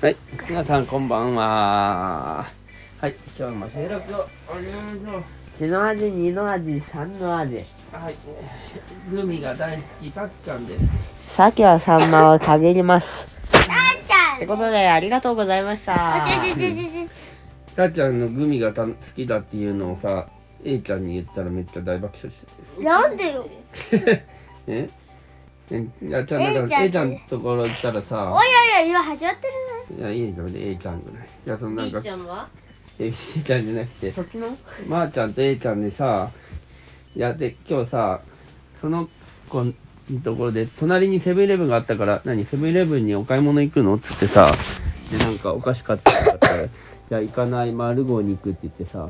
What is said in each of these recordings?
はい、皆さんこんばんは。はい、今日も収録をお願いしま血の味、二の味、三の味。す。はい、グミが大好きたっちゃんです。鮭はサンマを食べります。あーちゃんってことで、ありがとうございました。あちゃちゃちゃちゃちたっちゃんのグミがた好きだっていうのをさ、A ちゃんに言ったらめっちゃ大爆笑してゃなんでよて。ええあちゃんだから A A ちちゃゃんんのところ行ったらさお、いやいや今始まってるいや、いいので A ちゃんぐらい。いや、そのなんみかー、ちゃんは A ちゃんじゃなくて、っちのまー、ちゃんと A ちゃんでさいやで今日さその子のところで隣にセブンイレブンがあったから何セブンイレブンにお買い物行くのっつってさでなんかお菓子買ってきたから いや行かないマルゴーに行くって言ってさ、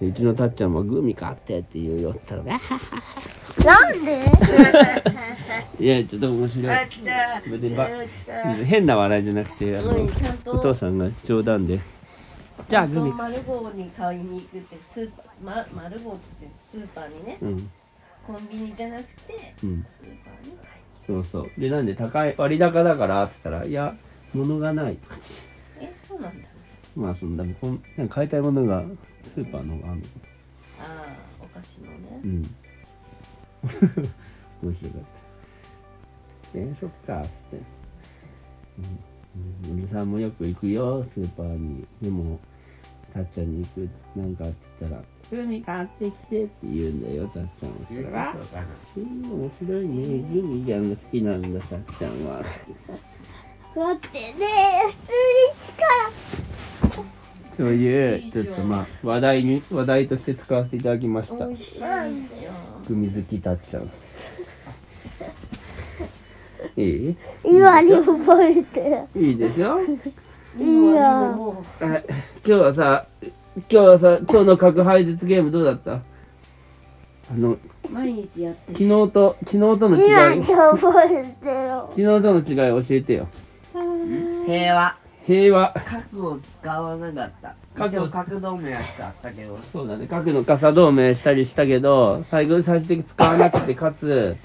でうちのたっちゃんもグミ買ってって言うよったらわははなんでいやちょっと面白い別にば変な笑いじゃなくてあのうんちゃんとお父さんが冗談でじゃあグミマルゴーに買いに行くってスーパー、ま、マルゴーっつってスーパーにねうんコンビニじゃなくてうんスーパーに買いそうそう。で、なんで高い、割高だからっつったら、いや、物がない。にえそうなんだまあ、その、だこんなんか買いたいものが、スーパーの方があるの。ああお菓子のねうん。面白かった。えー、そっか、つって。うん。うん、さんもよく行くよ、スーパーに。でも、たっちゃんに行く、なんかって言ったら、グミ買ってきてって言うんだよ、たっちゃんは。それは、うん、面白いね。グミが好きなんだ、たっちゃんは。だってね普通に力そういう、ちょっとまあ、話題に、話題として使わせていただきました美。味しいじゃん組好きたっちゃん。 いい今に覚えてるいいでしょ今はもうあ今日はさ、今日はさ、今日の核廃絶ゲームどうだったあの、毎日やって昨日と、昨日との今違い、に昨覚えてる日との違い教えてよ。平和平和。核を使わなかった核一応核同盟はしたあったけどそうだね、核の傘同盟したりしたけど、最後、最終的に使わなくて、 かつ、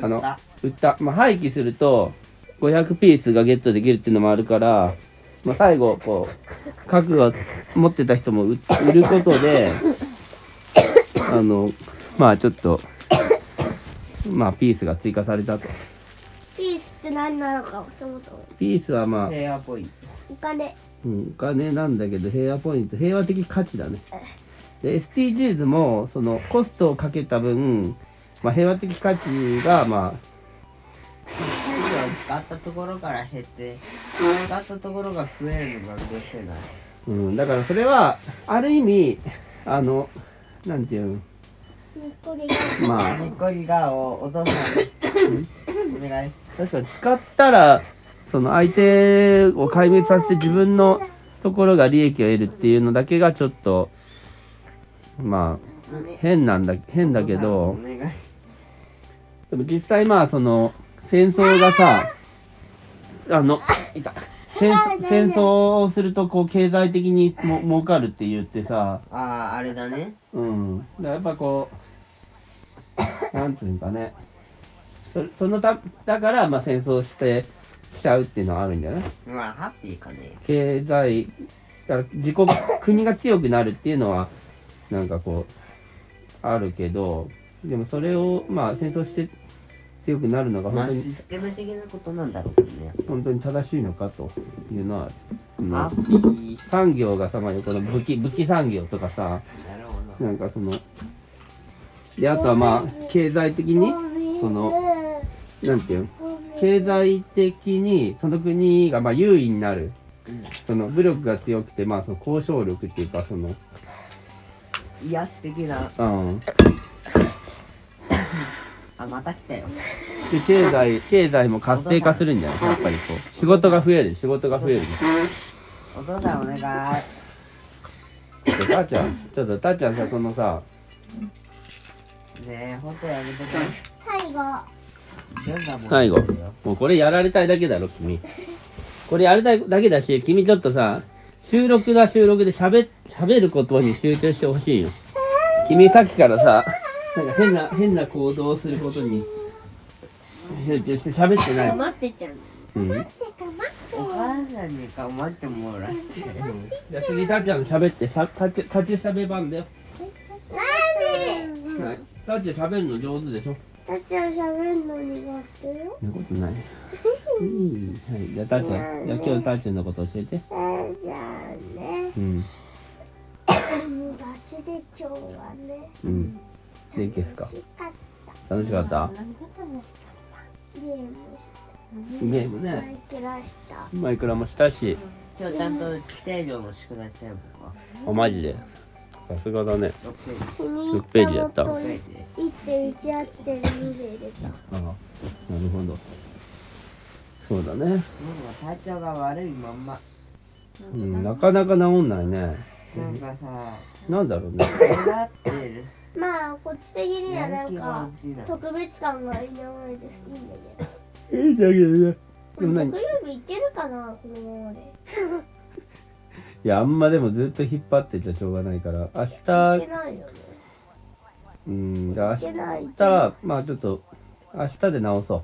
あ撃のった、売った。まあ、廃棄すると、500ピースがゲットできるっていうのもあるから、まあ、最後、こう、核を持ってた人も売売ること で、あの、まあ、ちょっと、まあ、ピースが追加されたと。ピースって何なのかそもそもピースはまあ、平和っぽいお金うん、お金なんだけど平和ポイント平和的価値だねで SDGs もそのコストをかけた分、まあ、平和的価値がま核を使ったところから減って使ったところが増えるのがうるせえなあ、うん、だからそれはある意味あのなんていうにっこりがのまあニコニガをお父さんにお願い確かに使ったらその相手を壊滅させて自分のところが利益を得るっていうのだけがちょっとまあ変なんだ変だけどお父さんお願いでも実際まあその戦争がさあのいた戦戦争をするとこう経済的にも儲かるって言ってさあああれだねうんだからやっぱこうなんつうんかねそそのただからまあ戦争してしちゃうっていうのはあるんだよねまあハッピーかね経済だから自己国が強くなるっていうのはなんかこうあるけどでもそれをまあ戦争して強くなるのが本まあ当にシステム的なことなんだろうけどね本当に正しいのかというのは、そハのッピー産業がさ、まあ、この武器武器産業とかさなるほどなんかそのであとはまあ経済的にそのなんていうの経済的にその国がまあ優位になるその武力が強くてまあその交渉力っていうかその威圧的なうんあまた来たよで経済経済も活性化するんじゃないやっぱりこう仕事が増える仕事が増えるお父さんお願いちょっとたっちゃんちょっとたっちゃんさこのさねえほんとやめてくれ最後全部はもう最後もうこれやられたいだけだろ君これやりたいだけだし君ちょっとさ収録が収録で喋喋ることに集中してほしいよ君さっきからさなんか変な変な行動をすることに集中して喋ってない待ってちゃんうんてか待っておちゃんに頑張ってもらって。じゃあ次、たっちゃん喋って、さたっちたっちしゃべ版だよ。なんではい。たっち喋るの上手でしょたっちゃん喋るの苦手よ。そんなことない。うん。はい。じゃあ、たっちゃん、じゃあ今日たっちゃんのこと教えて。えーじゃあね、うん。友達で今日はね、うん。で、いいですかしかっ楽しかった何か楽しかったゲームしゲームたね。りけらした。マイクラもしたし。今日ちゃんと規定量の宿題したよ、僕は。あ、マジで。さすがだね。 6ページ、気に入6っページやたっこたとペーにジです。 1.18.2で入れた。ああ、なるほど。そうだね。僕は体調が悪いまんま。うん、なかなか治んないね。なんかさ、なんだろうね。目立ってる。まあこっち的にはなんやかる気が起きない特別感がいいじゃないですいいんだけどいいんだけどね。でも何木曜日いけるかなこのままでいや、あんまでもずっと引っ張ってちゃしょうがないから、明いけ日、ないよねうん、じゃあいけない明日、まあちょっと、明日で直そ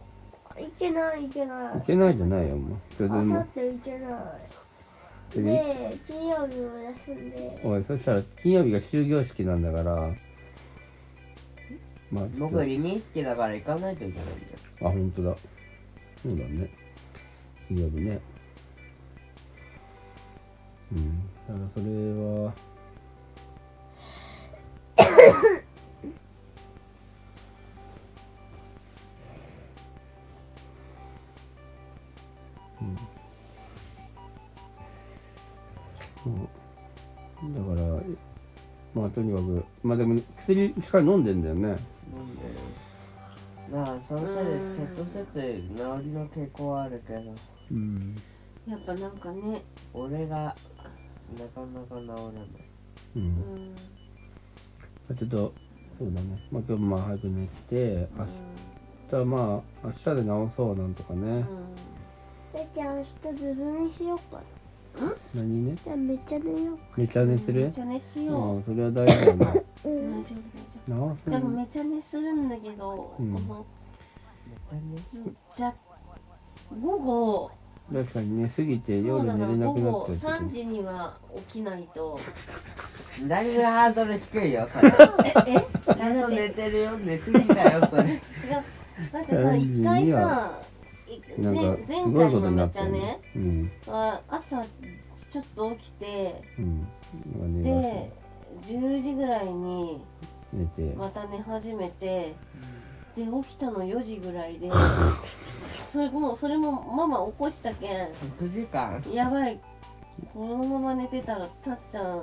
いけないいけなう。いいけないじゃないよ、もう。それであさもっう、ていけないえで金曜日も休んでおい、そしたら金曜日が終業式なんだから、まあ、ちょっ僕とは離任式だから行かないといけないんだよ。あ、本当だ。そうだね。金曜日ね。うん。だからそれは。うん。そうだから、まあとにかく、まあでも薬しっかり飲んでんだよね。なんだよ。だからそのせいでちょっとずつ治りの傾向はあるけど、うん。やっぱなんかね俺がなかなか治らない。うんうんまあちょっとそうだね、まあ、今日もまあ早く寝て明日まあ明日で直そうなんとかね、でじゃあ明日ズブにしようかな何ねじゃあめっちゃ寝ようめちゃ寝すめるちゃ寝しああよそれは大事 だねうう、大ん丈夫大丈直す夫でもめちゃ寝するんだけど、うんこのまたね。じゃ午後確かに寝すぎてそ夜うだ寝なれな午くなっ後ちゃう3時には起きない とだいぶハードル低いよ、それ。ちええゃんと寝てるよ、寝すぎだよ、それ。違うだってさ一回さいな前んかす前ごい回ことのになめっちたゃよねねうんは朝ちょっと起きてうんなんかで10時ぐらいに寝て寝てまた寝始めてで起きたの4時ぐ らいでそれもそれもママ起こしたけん6時間。やばいこのまま寝てたらたっちゃん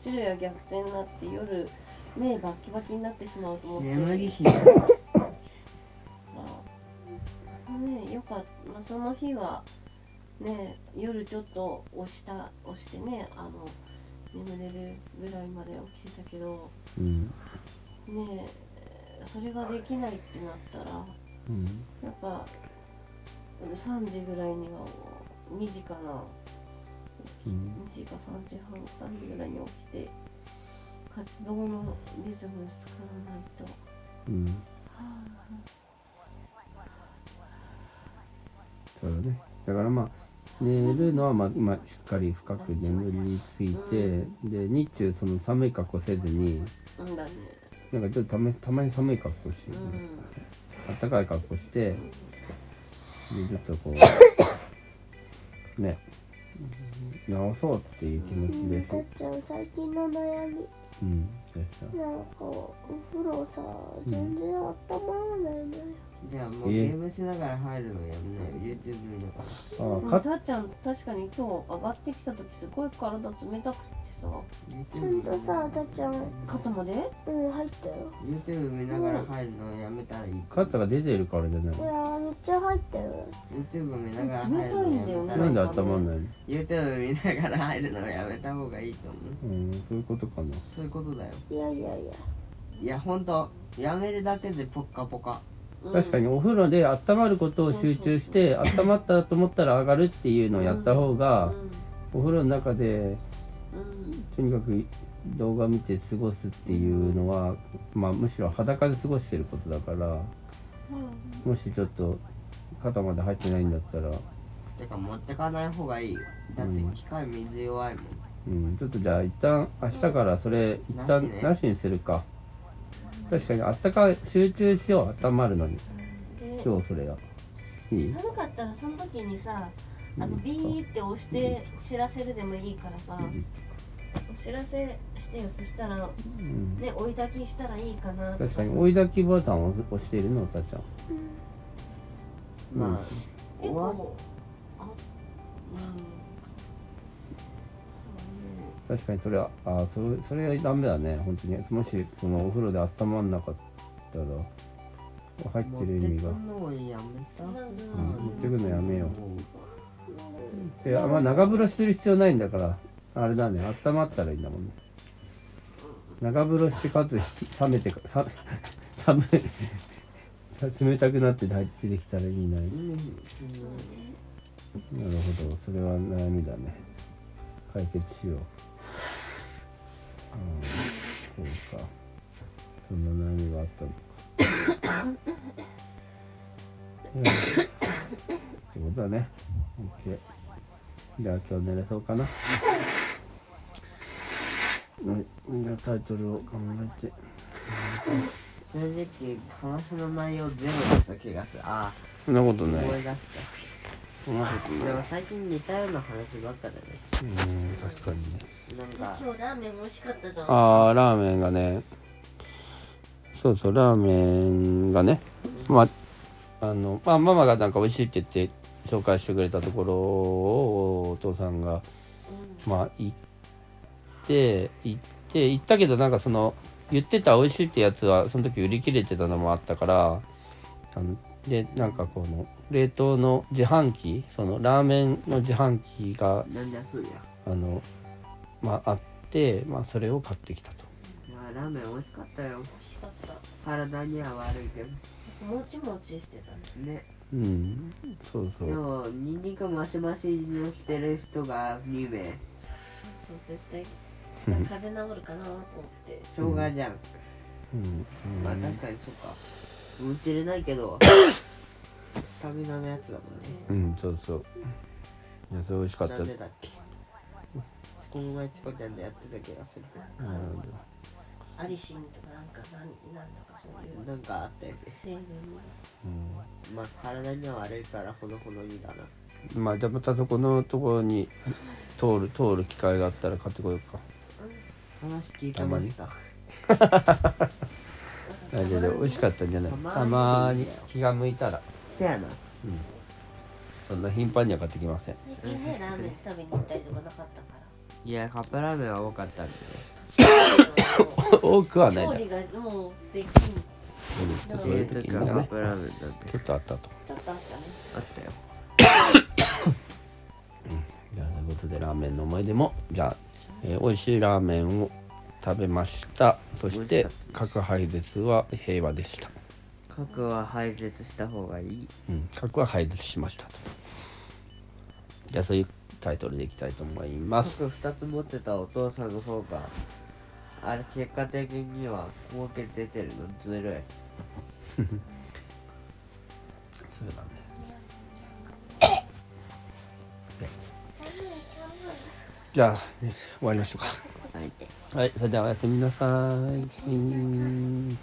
昼夜逆転になって夜目バッキバキになってしまうと思って眠りしない。ねよかった、まあ、その日はね夜ちょっと押した押してねあの眠れるぐらいまで起きてたけどうんねそれができないってなったらうんやっぱ3時ぐらいには2時かなうん2時か3時半3時ぐらいに起きて活動のリズム作らないと。うんそうだねだからまあ寝るのはまあ今しっかり深く眠りについて、で日中その寒い格好せずになんだね。なんかちょっとためたまに寒い格好してうる、ん。あったかい格好してでずっとこうね直そうっていう気持ちうんですたっちゃん最近の悩みうんそうしたなんかお風呂さ全然温まらないね、じゃあもうえゲームしながら入るのやめない。YouTube 見ながら。であもかたっちゃん確かに今日上がってきた時すごい体冷たくってさちゃんとさたっちゃん肩までうん入ったよ YouTube 見ながら入るのやめたらいい。肩が出てるからじゃないいやーめっちゃ入ったよ YouTube 見ながら入るのやめたならいんいで。頭にないの YouTube 見ながら入るのやめた方がいいと思う。うんそういうことかなそういうことだよ。いやいやいやいや、ほんと、やめるだけでポッカポカ。確かにお風呂で温まることを集中して温まったと思ったら上がるっていうのをやった方うがんお風呂の中でうんとにかく動画見て過ごすっていうのは、まあ、むしろ裸で過ごしてることだからもしちょっと肩まで入ってないんだったらてか持ってかない方がいいよだって機械水弱いもんうん、ちょっとじゃあ一旦明日からそれ一なし旦ねなしにするか確かにあったかい集中しよう温まるのにで今日それがいい寒かったらその時にさあうのんビーって押して知らせるでもいいからさんお知らせしてよそしたらうんね追い炊きしたらいいかなと確かに追い炊きボタンを押しているのたっちゃんまあ、結終わっ構あ確かにそれはあそれそれはダメだね本当にもしそのお風呂で温まんなかったら入ってる意味が持ってくのをやめたうんまずうんは持ってくのやめようもういやまあ長風呂してる必要ないんだからあれだね温まったらいいんだもんね長風呂してかつひ冷めてかさ 寒い 冷たくなって入ってきたらいいななるうんそうねほどそれは悩みだね解決しよううんそうかそんな悩みがあったのかうんってことだね OK じゃあ今日寝れそうかな。はい、じゃあタイトルを考えて。正直話の内容ゼロだった気がするあそんなことあない。思い出しそんなことたでない。も最近似たような話ばっかだねうん、確かにね。なんか今日ラーメン美味しかったじゃんああ、ラーメンがね。そうそう、ラーメンがね。まあ、あの、まあ、ママがなんか美味しいって言って。紹介してくれたところをお父さんが、まあ行って行って行ったけどなんかその言ってた美味しいってやつはその時売り切れてたのもあったからあのでなんかこの冷凍の自販機そのラーメンの自販機がなんだそうじゃあの、まあ、あって、まあ、それを買ってきたと。まあラーメン美味しかったよ美味しかった体には悪いけどもちもちしてたねねうん、そうそうでもニンニクマシマシにしてる人が2名そうそう絶対なんか風邪治るかなと思って生姜じゃん、うんまあ確かにそうかうんちれないけどスタミナのやつだもんねうん、そうそう。いや、それ美味しかった。なんでだっけこの前チコちゃんでやってた気がするなるほどアリシンとかなんかなんなんとかそういうなんかあったよね成分もうんまあ体には悪いからほどほどにだなまあじゃあまたそこのところに通る通る機会があったら買ってこようか話聞いてました大丈夫美味しかったんじゃないたまーにたまーに気が向いたらせやなそんな頻繁には買ってきま せん最近ねラーメン食べに行ったりとかなかったからいやカップラーメンは多かったんで多くはない調だろ理うがもうできんうんちょっとそういう時にはねラーメンだってちょっとあったとちょっとあったねあったよじゃあということでラーメンの思い出もじゃあ、えー美味しいラーメンを食べましたそして核廃絶は平和でした、核は排絶した方がいいうん、核は廃絶しましたとじゃあそういうタイトルでいきたいと思います核2つ持ってたお父さんの方があれ結果的には儲け出てるのずるそいうだねじゃあ、ね、終わりましょうかはいはい、それではおやすみなさい。うん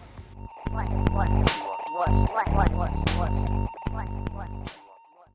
what, what, what, what, what, what, what.